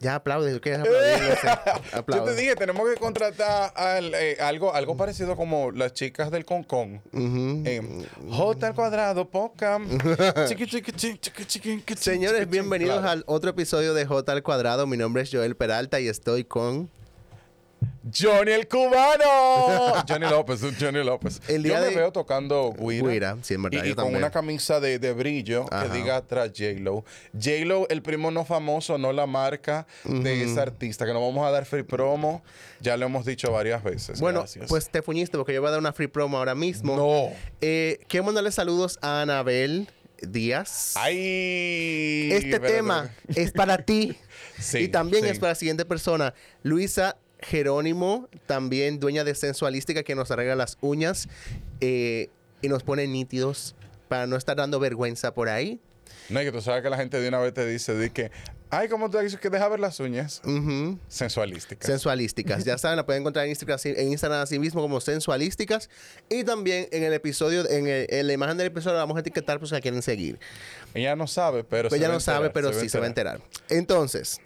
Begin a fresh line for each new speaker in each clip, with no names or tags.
Ya aplaude, tú quieres aplaudir. no sé.
Yo
Aplaude.
te dije, tenemos que contratar al, eh, algo, algo parecido como las chicas del Hong Kong. Eh, J al cuadrado, Pocam. Chiqui, chiqui, chiqui, chiqui, chiqui, chiqui,
Señores,
chiqui,
bienvenidos
claro.
al otro episodio de J al cuadrado. Mi nombre es Joel Peralta y estoy con...
Johnny el cubano. Johnny López, Johnny López.
El día
yo me
de-
veo tocando Guira.
Guira, sí, en verdad,
Y, y
yo
con
también.
una camisa de, de brillo
Ajá.
que diga atrás J-Lo. J-Lo, el primo no famoso, no la marca de esa artista, que nos vamos a dar free promo. Ya lo hemos dicho varias veces.
Bueno,
Gracias.
pues te fuñiste porque yo voy a dar una free promo ahora mismo.
No.
Eh, quiero mandarle saludos a Anabel Díaz.
¡Ay!
este
espérate.
tema es para ti.
Sí,
y también
sí.
es para la siguiente persona. Luisa Jerónimo, también dueña de Sensualística, que nos arregla las uñas eh, y nos pone nítidos para no estar dando vergüenza por ahí.
No, y que tú sabes que la gente de una vez te dice, di que, ay, ¿cómo te dices que deja ver las uñas?
Ujú.
Sensualísticas.
Sensualísticas. Ya saben, la pueden encontrar en Instagram, así- en Instagram así mismo como Sensualísticas. Y también en el episodio, en, el- en la imagen del episodio, la vamos a etiquetar por si la quieren seguir.
Ella no sabe, pero
Pues
se
ya
va a
no sabe,
enterar,
pero sí se va a enterar. Entonces,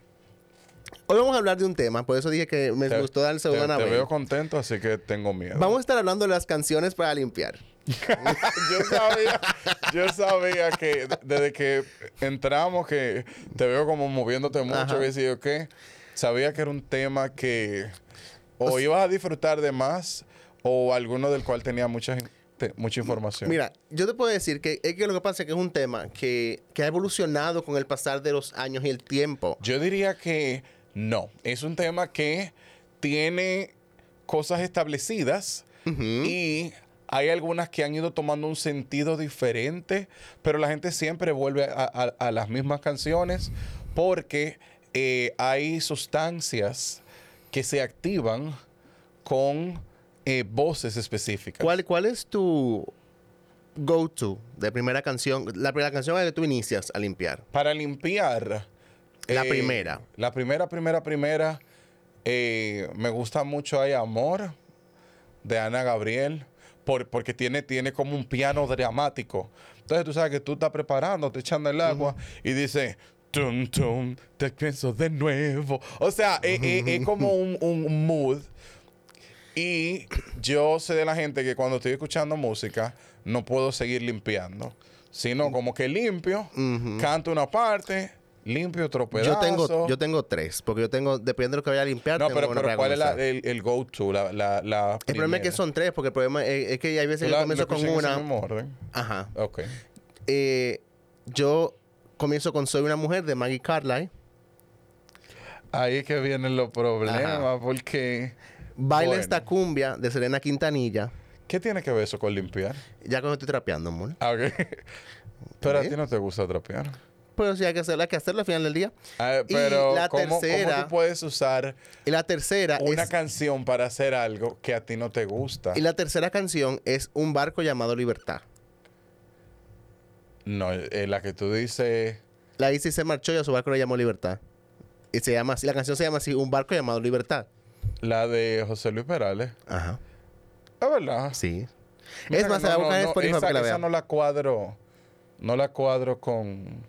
hoy vamos a hablar de un tema, por eso dije que me
Te-
gustó dar el segundo
te,
a
te
Anabel.
veo contento, así que tengo miedo.
Vamos a estar hablando de las canciones para limpiar.
yo sabía, yo sabía que de- desde que entramos que te veo como moviéndote
Ajá.
mucho, que sé yo qué, sabía que era un tema que o ibas a disfrutar de más o alguno del cual tenía mucha gen- te- mucha información.
Mira, yo te puedo decir que, es que lo que pasa es que es un tema que, que ha evolucionado con el pasar de los años y el tiempo.
Yo diría que no. Es un tema que tiene cosas establecidas y hay algunas que han ido tomando un sentido diferente, pero la gente siempre vuelve a, a- a las mismas canciones porque eh, hay sustancias que se activan con eh, voces específicas.
¿Cuál, cuál es tu go-to de primera canción? La primera canción a la que tú inicias a limpiar.
Para limpiar. eh,
La primera.
La primera, primera, primera. eh, me gusta mucho Hay Amor de Ana Gabriel. por- porque tiene, tiene como un piano dramático. Entonces tú sabes que tú estás preparando, te echando el agua y dices. Tum, tum, te pienso de nuevo. O sea, es, es- es como un, un mood. Y yo sé de la gente que cuando estoy escuchando música, no puedo seguir limpiando.
Mm.
Sino como que limpio, canto una parte, limpio otro pedazo.
Yo tengo, yo tengo tres, porque yo tengo, depende de lo que vaya a limpiar.
No,
tengo
pero,
una
pero
para
¿cuál es la-
comenzar.
el, el go-to? La, la, la
El problema es que
primera?
son tres, porque el problema es, es que hay
Tú
veces que
la- la
yo comienzo con
escuchas en ese
una.
mismo orden.
Ajá.
Ok.
Eh, yo comienzo con Soy una mujer de Maggie Carlyle.
Ahí es que vienen los problemas,
Ajá.
porque...
Baila
Bueno.
esta cumbia de Serena Quintanilla.
¿Qué tiene que ver eso con limpiar?
Ya cuando estoy trapeando, amor.
Ah, ok. pero a
¿Eh?
ti no te gusta trapear.
Pero sí hay que hacerla, hay que hacerla al final del día.
Ah,
Y
pero
la
¿cómo,
tercera-
¿cómo tú puedes usar
Y la tercera
una
es,
canción para hacer algo que a ti no te gusta?
y la tercera canción es Un barco llamado Libertad.
No, eh, la que tú dices...
La Isis se marchó y a su barco le llamó Libertad. Y se llama así, la canción se llama así, Un barco llamado Libertad.
La de José Luis Perales.
Ajá.
Es verdad.
Sí.
Mira
es más,
que
se la voy a buscar en Spotify
esa,
para que la
esa
vean.
no la cuadro. No la cuadro con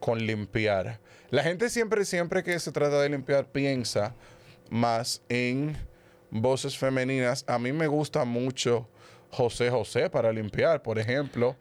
con limpiar. La gente siempre siempre que se trata de limpiar piensa más en voces femeninas. A mí me gusta mucho José José para limpiar, por ejemplo.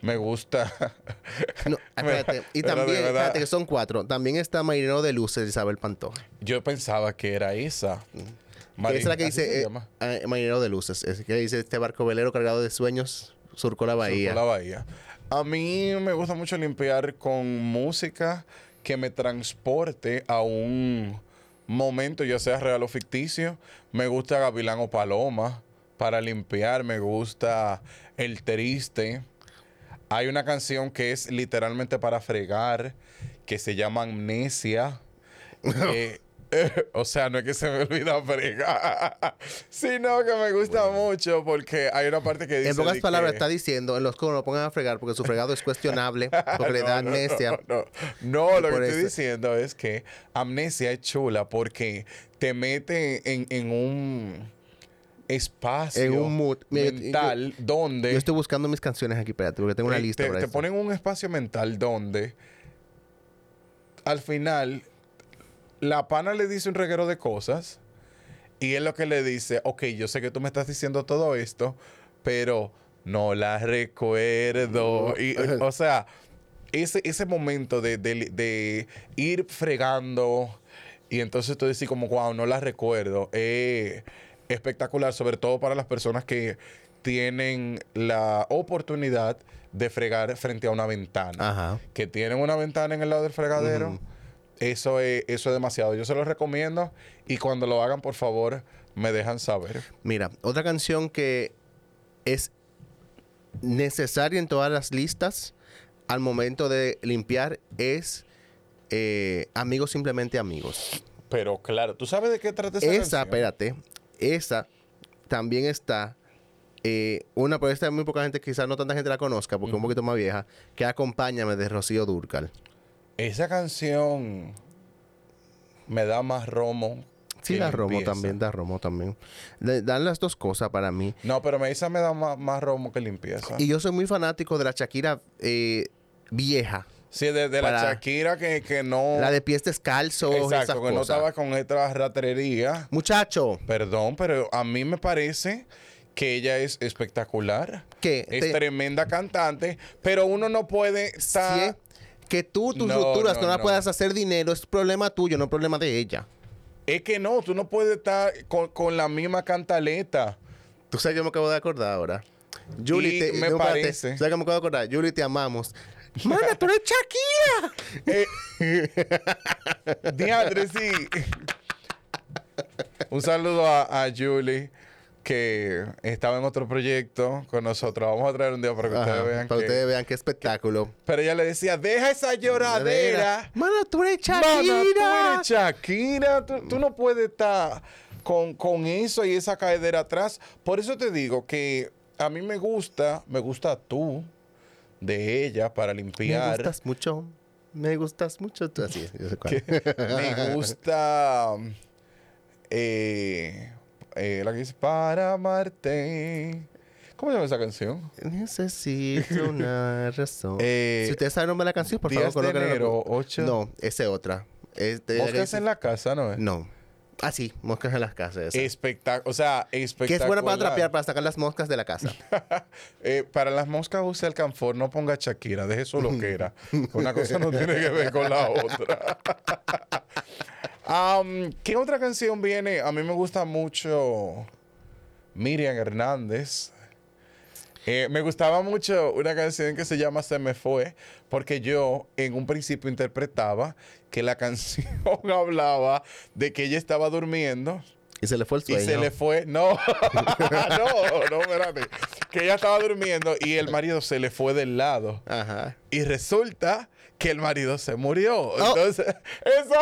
Me gusta
No, espérate. Y
Pero de
también,
verdad.
espérate, que son cuatro. También está Marinero de Luces de Isabel Pantoja.
Yo pensaba que era esa.
Que es la que
Marín, ¿así se
dice eh,
llama?
eh, Marinero de Luces. Es que dice este barco velero cargado de sueños surcó la bahía.
Surcó la bahía. A mí me gusta mucho limpiar con música que me transporte a un momento, ya sea real o ficticio. Me gusta Gavilán o Paloma para limpiar. Me gusta El Triste. Hay una canción que es literalmente para fregar, que se llama Amnesia. Eh, eh, o sea, no es que se me olvida fregar, sino que me gusta mucho porque hay una parte que dice...
En pocas
de
palabras
que-
está diciendo, en los conos no pongan a fregar porque su fregado es cuestionable, porque le
No,
da
no,
amnesia.
No, no, no,
Y
lo
por
que estoy
eso-
diciendo es que amnesia es chula porque te mete en, en un espacio
En un mood. Mira, yo-
oh, mental donde
Yo estoy buscando mis canciones aquí, espérate, porque tengo una
eh,
lista.
te,
para
te
esto.
ponen un espacio mental donde al final la pana le dice un reguero de cosas y él lo que le dice, ok, yo sé que tú me estás diciendo todo esto, pero no la recuerdo. Y, o sea, ese, ese momento de, de- de ir fregando y entonces tú decís como, wow, no la recuerdo. Eh, espectacular, sobre todo para las personas que tienen la oportunidad de fregar frente a una ventana
Ajá.
que tienen una ventana en el lado del fregadero,
Ujú.
eso, es, eso es demasiado. Yo se los recomiendo y cuando lo hagan, por favor, me dejan saber.
Mira, otra canción que es necesaria en todas las listas al momento de limpiar es eh, Amigos Simplemente Amigos.
Pero claro, ¿tú sabes de qué trata esa,
Esa,
canción?
espérate, esa también está. eh, una, pero esta muy poca gente, quizás no tanta gente la conozca porque es un poquito más vieja, que Acompáñame de Rocío Durcal.
Esa canción me da más romo.
Sí,
que
da Romo
limpieza.
también, da Romo también. Le- dan las dos cosas para mí.
No, pero me- esa me da más, más romo que limpieza.
Y yo soy muy fanático de la Shakira eh, vieja.
sí, de, de la
para-
Shakira que, que no...
La de pies descalzos, esas
exacto, que no
cosas.
estaba con esta ratería.
Muchacho,
Perdón, pero a mí me parece que ella es espectacular.
que
Es
te-
tremenda cantante, pero uno no puede
si
estar.
es que tú tus
No,
rupturas no,
no,
las
no.
puedas hacer dinero es problema tuyo, no problema de ella.
Es que no, tú no puedes estar con, con la misma cantaleta.
Tú sabes que me acabo de acordar ahora. Julie,
Y
te,
me
no, espérate.
parece.
¿Sabes que me acabo de acordar? Julie, te amamos. Mana, tú eres Shakira.
Eh, diadre, sí. Un saludo a, a Julie, que estaba en otro proyecto con nosotros. Vamos a traer un día para que
Ajá,
ustedes vean.
para
que-
ustedes vean qué espectáculo.
Pero ella le decía: deja esa lloradera.
Mana, tú eres Shakira.
Mana, tú eres Shakira. Tú, tú no puedes estar con, con eso y esa caedera atrás. Por eso te digo que a mí me gusta, me gusta tú de ella para
Me
limpiar.
gustas mucho. Me gustas mucho. Tú- Así, yo sé cuál.
Me gusta. eh, eh, la que dice para amarte. ¿Cómo se llama esa canción?
Necesito una razón.
Eh,
si ustedes saben el nombre de la canción, por
10
favor,
de
colóquenla en la-
enero, 8.
No, esa es otra. Es de-
Moscas en la casa, ¿no es?
No. Ah, sí, moscas en las casas. esa.
Espectacular. O sea, espectacular.
que es buena para trapear, para sacar las moscas de la casa.
Eh, para las moscas use el canfor, no ponga Shakira, deje su loquera. Una cosa no tiene que ver con la otra. Am, ¿Qué otra canción viene? A mí me gusta mucho Miriam Hernández. Eh, me gustaba mucho una canción que se llama Se me fue, porque yo en un principio interpretaba que la canción hablaba de que ella estaba durmiendo
Y se le fue el
y
sueño.
se le fue. No, no, no, espérate. Que ella estaba durmiendo y el marido se le fue del lado.
Ajá.
Y resulta que el marido se murió. Entonces, eso.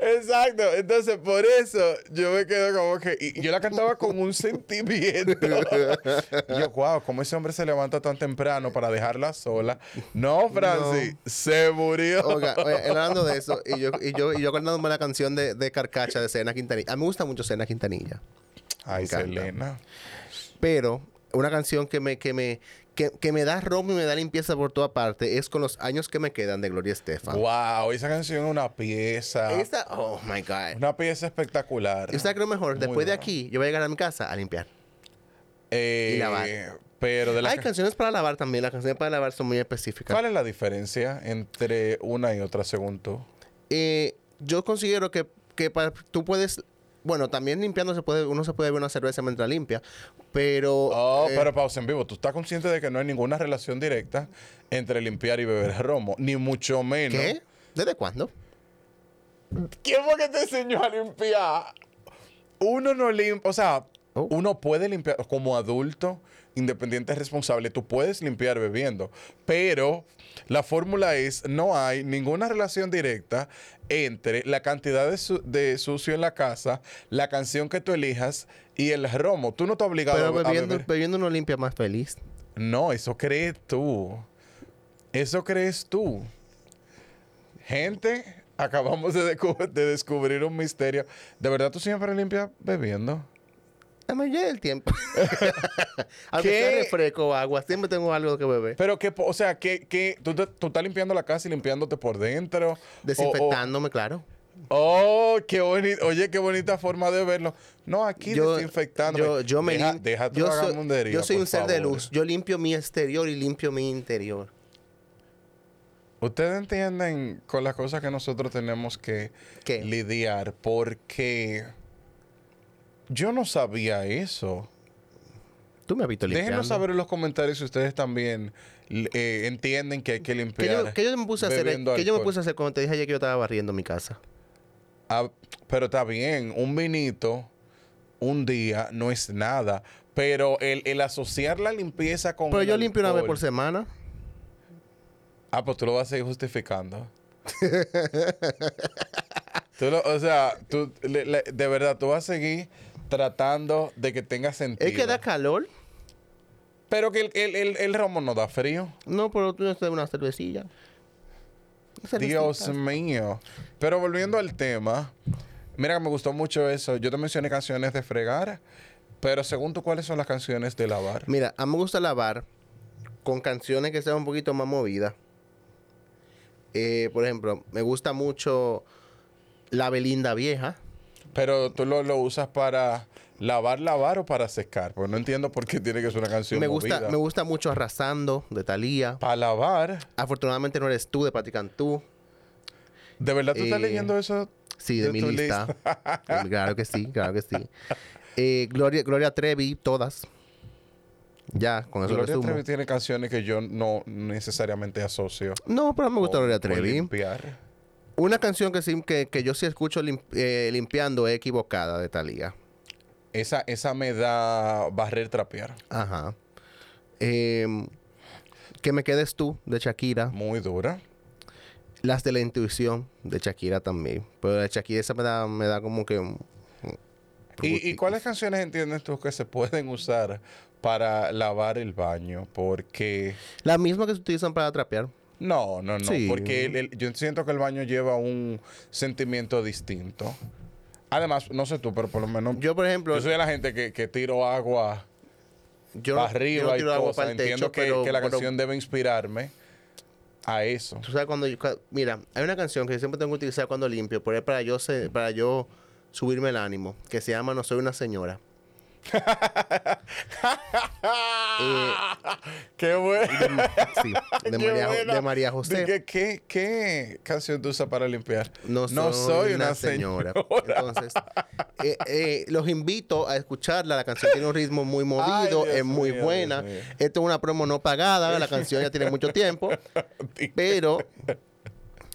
Exacto. Entonces, por eso yo me quedo como que. Y yo la cantaba con un sentimiento. Y yo, wow, ¿cómo ese hombre se levanta tan temprano para dejarla sola? No, Oh, Francis, se murió.
Oiga, oiga, él hablando de eso, y yo, y yo, y yo acordándome la canción de, de Carcacha de Selena Quintanilla. A mí me gusta mucho Selena Quintanilla.
Ay,
encanta.
Selena.
Pero una canción que me, que me, que, que me da romo y me da limpieza por toda parte es con los años que me quedan de Gloria Estefan.
Wow, esa canción es una pieza.
Esa, oh my God.
Una pieza espectacular.
¿Y sabes qué es lo mejor?
Muy
Después de
buena.
aquí, yo voy a llegar a mi casa a limpiar.
Eh,
y lavar.
Pero de la
Hay canciones para lavar también. Las canciones para lavar son muy específicas.
¿Cuál es la diferencia entre una y otra según tú?
Eh, yo considero que, que para- tú puedes... Bueno, también limpiando se puede, uno se puede beber una cerveza mientras limpia, pero...
Oh,
eh,
pero pausa en vivo. ¿Tú estás consciente de que no hay ninguna relación directa entre limpiar y beber romo? Ni mucho menos.
¿Qué? ¿Desde cuándo?
¿Quién fue que te enseñó a limpiar? Uno no limpia, o sea,
Oh.
uno puede limpiar como adulto, independiente, responsable, tú puedes limpiar bebiendo, pero la fórmula es, no hay ninguna relación directa entre la cantidad de, su- de sucio en la casa, la canción que tú elijas y el romo. Tú no estás obligado
Pero
a- a
bebiendo,
beber.
bebiendo uno limpia más feliz.
No, eso crees tú. Eso crees tú. Gente, acabamos de, decu- de descubrir un misterio. ¿De verdad tú siempre limpias bebiendo?
La mayoría del tiempo. Aunque
¿Qué?
sea refresco o agua, siempre tengo algo que beber.
Pero que, po- o sea, que, que tú, te- tú estás limpiando la casa y limpiándote por dentro. o- o-
Desinfectándome, claro.
Oh, qué bonito. Oye, qué bonita forma de verlo. No, aquí desinfectando.
Yo, yo me
deja,
lim-
deja tu
yo soy,
vagabundería,
yo soy
por
un ser de
favor.
luz. Yo limpio mi exterior y limpio mi interior.
Ustedes entienden con las cosas que nosotros tenemos que
¿Qué?
eh, lidiar porque yo no sabía eso.
Tú me has visto limpiando.
Déjenos saber en los comentarios si ustedes también l- eh, entienden que hay que
¿Qué
limpiar.
yo, qué yo me puse a hacer?
bebiendo
¿Qué yo me
alcohol.
puse a hacer cuando te dije ayer que yo estaba barriendo mi casa?
Ah, pero está bien, un vinito, un día, no es nada. Pero el, el asociar la limpieza con.
Pero
el
yo limpio una vez por
alcohol-
semana.
Ah, pues tú lo vas a ir justificando. Tú lo- o sea, tú, le- le- de verdad, tú vas a seguir tratando de que tenga sentido.
¿Es que da calor?
pero que el, el, el- el romo no da frío.
No, pero tú necesitas una cervecilla. Una cervecita.
Dios mío. Pero volviendo al tema, mira que me gustó mucho eso. Yo te mencioné canciones de fregar, pero según tú, ¿cuáles son las canciones de lavar?
Mira, a mí me gusta lavar con canciones que sean un poquito más movidas. Eh, por ejemplo, me gusta mucho La Belinda Vieja.
Pero tú lo, lo usas para lavar, lavar o para secar. Porque no entiendo por qué tiene que ser una canción
me, gusta,
movida.
me gusta mucho Arrasando de Thalía.
Para lavar.
Afortunadamente no eres tú de Paticantú.
¿De verdad tú estás
Eh,
leyendo eso?
Sí, de,
De
mi
tu
lista. Eh, claro que sí, claro que sí. Eh, Gloria, Gloria Trevi, todas. Ya, con eso
Gloria
resumo.
Trevi tiene canciones que yo no necesariamente asocio.
No, pero me gusta
con-
Gloria
con
Trevi.
limpiar.
Una canción que, sí- que, que yo sí escucho lim- eh, limpiando es equivocada de Thalía.
Esa, esa me da barrer trapear.
Ajá. Em, que me quedes tú, de Shakira.
Muy dura.
Las de la intuición, de Shakira también. Pero de Shakira esa me da, me da como que... un- un-
¿Y, y cuáles canciones entiendes tú que se pueden usar para lavar el baño? Porque...
La misma que se utilizan para trapear.
No, no, no,
Sí.
porque el- el- yo siento que el baño lleva un sentimiento distinto. Además, no sé tú, pero por lo menos yo,
Yo, por ejemplo,
soy de la gente que, que tiro agua
yo, no-
para
yo
arriba
no
y
tiro agua
cosas.
para el techo,
Entiendo que,
pero,
que la
pero
canción debe inspirarme a eso.
tú sabes cuando yo... ca- Mira, hay una canción que yo siempre tengo que utilizar cuando limpio, pero es para yo, se- para yo subirme el ánimo, que se llama No soy una señora. Eh,
¡Qué bueno!
sí,
Qué
de, María,
buena.
de María José.
Dije, ¿Qué, qué canción tú usas para limpiar?
No soy, una, señora. Entonces, eh, eh, los invito a escucharla. La canción tiene un ritmo muy movido,
Dios
es muy
mío,
buena.
Dios mío.
Esto es una promo no pagada, la canción ya tiene mucho tiempo. Pero,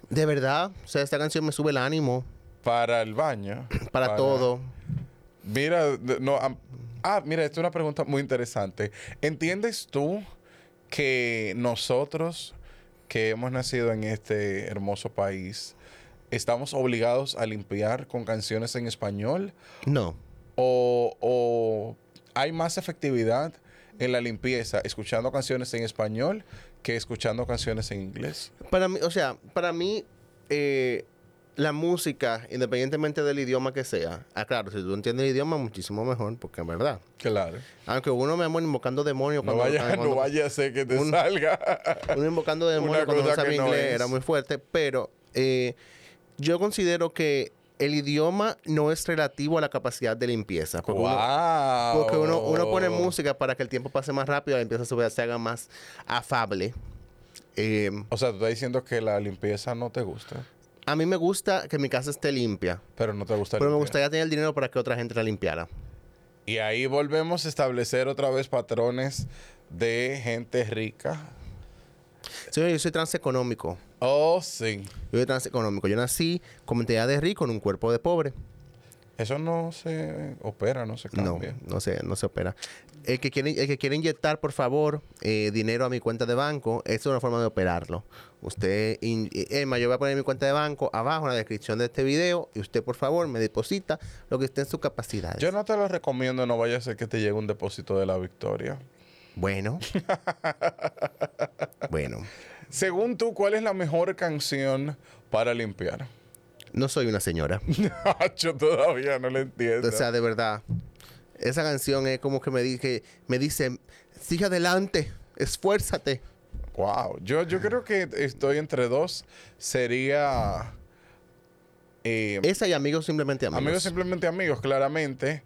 de verdad, o sea, esta canción me sube el ánimo
Para el baño.
para, todo.
Mira, de- no. am- ah, mira, esta es una pregunta muy interesante. ¿Entiendes tú que nosotros que hemos nacido en este hermoso país estamos obligados a limpiar con canciones en español?
No.
o, o hay más efectividad en la limpieza escuchando canciones en español que escuchando canciones en inglés.
Para mí, o sea, para mí, eh, la música, independientemente del idioma que sea, ah, claro, si tú entiendes el idioma, muchísimo mejor, porque en verdad.
Claro.
Aunque uno me amo invocando demonios
No
cuando,
vaya,
cuando-
no vaya a ser que te
un-
salga.
uno invocando demonios
Una
cuando no
cosa
sabía
que no
inglés
es.
era muy fuerte, pero eh, yo considero que el idioma no es relativo a la capacidad de limpieza. Porque, uno,
Wow.
porque uno, uno pone música para que el tiempo pase más rápido, la limpieza se, vea- se haga más afable. Eh,
O sea, tú estás diciendo que la limpieza no te gusta,
a mí me gusta que mi casa esté limpia,
pero no te gusta
pero me
limpiar.
gustaría tener el dinero para que otra gente la limpiara.
Y ahí volvemos a establecer otra vez patrones de gente rica.
Señor, yo soy transeconómico.
Oh, sí.
Yo soy transeconómico. Yo nací con mentalidad de rico en un cuerpo de pobre.
Eso no se opera, no se
No,
cambia.
no se, no se opera. El que quiere, el que quiere inyectar, por favor, eh, dinero a mi cuenta de banco, esa es una forma de operarlo. Usted, in- eh, Emma, yo voy a poner mi cuenta de banco abajo en la descripción de este video y usted, por favor, me deposita lo que esté en su capacidad.
Yo no te lo recomiendo, no vaya a ser que te llegue un depósito de la victoria.
Bueno. bueno.
Según tú, ¿cuál es la mejor canción para limpiar?
No soy una señora.
Yo todavía no lo entiendo.
O sea, de verdad. Esa canción es como que me, di- que me dice, sigue adelante, esfuérzate.
Wow, yo, yo creo que estoy entre dos. Sería. eh,
Esa y amigos simplemente amigos.
amigos simplemente amigos, claramente.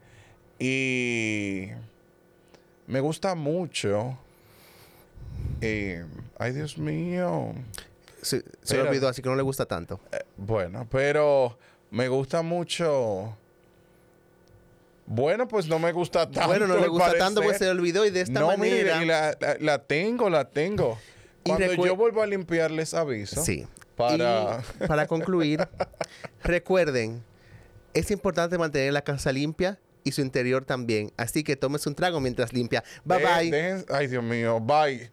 Y. Me gusta mucho. eh, ay, Dios mío.
Sí, se lo
Espérate.
olvidó, así que no le gusta tanto.
Eh, bueno, pero me gusta mucho. Bueno, pues no me gusta tanto.
bueno, no le
al
gusta tanto
parecer.
porque se le olvidó y de esta
no, mire,
manera...
y la, la- la tengo, la tengo.
Y
Cuando
recuer-
yo vuelvo a limpiar, les aviso.
Sí.
Para-
Y para concluir, recuerden, es importante mantener la casa limpia y su interior también. Así que tómese un trago mientras limpia. Bye
De-
bye.
dejen- ay, Dios mío, bye.